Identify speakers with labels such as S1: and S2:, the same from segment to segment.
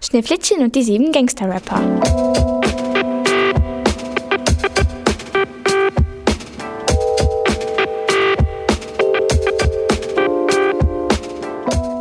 S1: Schneeflittchen und die sieben Gangster-Rapper.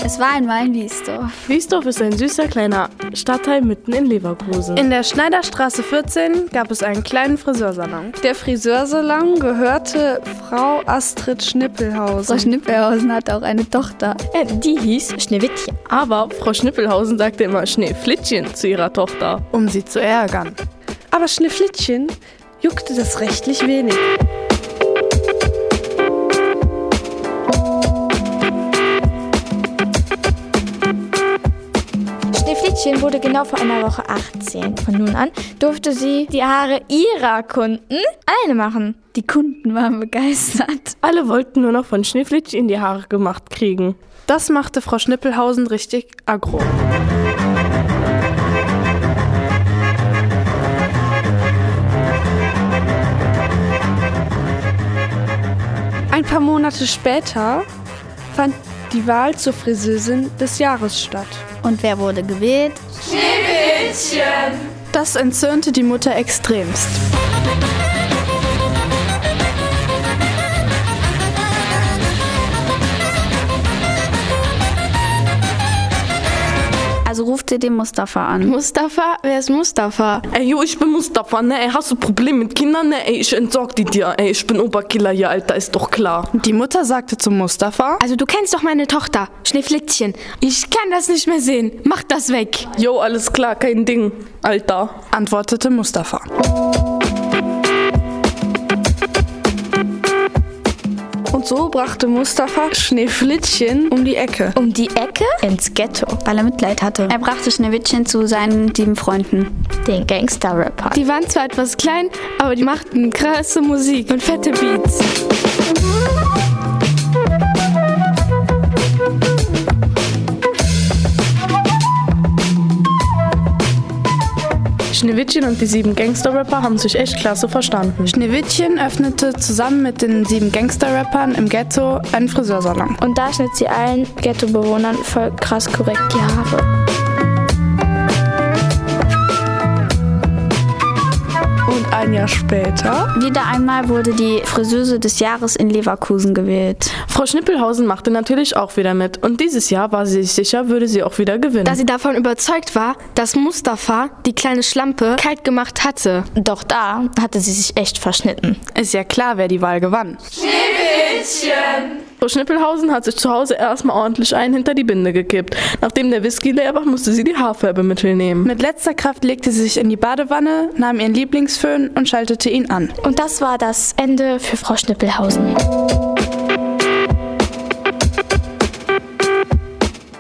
S2: Es war einmal in Wiesdorf.
S3: Wiesdorf ist ein süßer kleiner Stadtteil mitten in Leverkusen.
S4: In der Schneiderstraße 14 gab es einen kleinen Friseursalon.
S5: Der Friseursalon gehörte Frau Astrid
S2: Frau
S5: Schnippelhausen.
S2: Schnippelhausen hat auch eine Tochter.
S1: Äh, die hieß Schneewittchen.
S3: Aber Frau Schnippelhausen sagte immer Schneeflittchen zu ihrer Tochter.
S4: Um sie zu ärgern.
S5: Aber Schnifflittchen juckte das rechtlich wenig.
S1: Schneeflittchen wurde genau vor einer Woche 18. Von nun an durfte sie die Haare ihrer Kunden alleine machen.
S2: Die Kunden waren begeistert.
S3: Alle wollten nur noch von Schneeflittchen die Haare gemacht kriegen.
S4: Das machte Frau Schnippelhausen richtig aggro.
S5: Ein paar Monate später fand die Wahl zur Friseusin des Jahres statt.
S2: Und wer wurde gewählt?
S4: Das entzürnte die Mutter extremst.
S2: Also ruft ihr den Mustafa an.
S6: Mustafa? Wer ist Mustafa?
S3: Ey, yo, ich bin Mustafa, ne? Ey, hast du Probleme mit Kindern, ne? Ey, ich entsorg die dir. Ey, ich bin Oberkiller hier, Alter, ist doch klar.
S4: Die Mutter sagte zu Mustafa,
S6: Also du kennst doch meine Tochter, Schneeflittchen. Ich kann das nicht mehr sehen. Mach das weg.
S3: Yo, alles klar, kein Ding, Alter.
S4: antwortete Mustafa.
S5: Und so brachte Mustafa Schneeflittchen um die Ecke.
S1: Um die Ecke ins Ghetto.
S2: Weil er Mitleid hatte. Er brachte Schneewittchen zu seinen sieben Freunden.
S1: Den Gangster-Rapper.
S6: Die waren zwar etwas klein, aber die machten krasse Musik und fette Beats.
S3: Schneewittchen und die sieben Gangster-Rapper haben sich echt klasse verstanden.
S4: Schneewittchen öffnete zusammen mit den sieben Gangster-Rappern im Ghetto einen Friseursalon.
S1: Und da schnitt sie allen Ghetto-Bewohnern voll krass korrekt die Haare.
S5: Und ein Jahr später
S2: Wieder einmal wurde die Friseuse des Jahres in Leverkusen gewählt.
S3: Frau Schnippelhausen machte natürlich auch wieder mit und dieses Jahr war sie sich sicher, würde sie auch wieder gewinnen.
S6: Da sie davon überzeugt war, dass Mustafa die kleine Schlampe kalt gemacht hatte.
S1: Doch da hatte sie sich echt verschnitten.
S4: Ist ja klar, wer die Wahl gewann.
S3: Frau Schnippelhausen hat sich zu Hause erstmal ordentlich einen hinter die Binde gekippt. Nachdem der Whisky leer war, musste sie die Haarfärbemittel nehmen.
S4: Mit letzter Kraft legte sie sich in die Badewanne, nahm ihren Lieblingsföhn und schaltete ihn an.
S1: Und das war das Ende für Frau Schnippelhausen.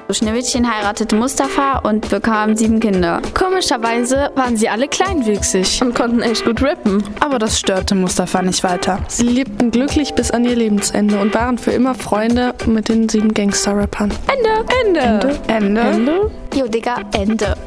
S2: Schneewittchen heiratete Mustafa und bekam sieben Kinder.
S6: Komischerweise waren sie alle kleinwüchsig.
S3: Und konnten echt gut rappen.
S4: Aber das störte Mustafa nicht weiter.
S5: Sie lebten glücklich bis an ihr Lebensende und waren für immer Freunde mit den sieben Gangster-Rappern.
S4: Ende.
S1: Jo, Digga, Ende.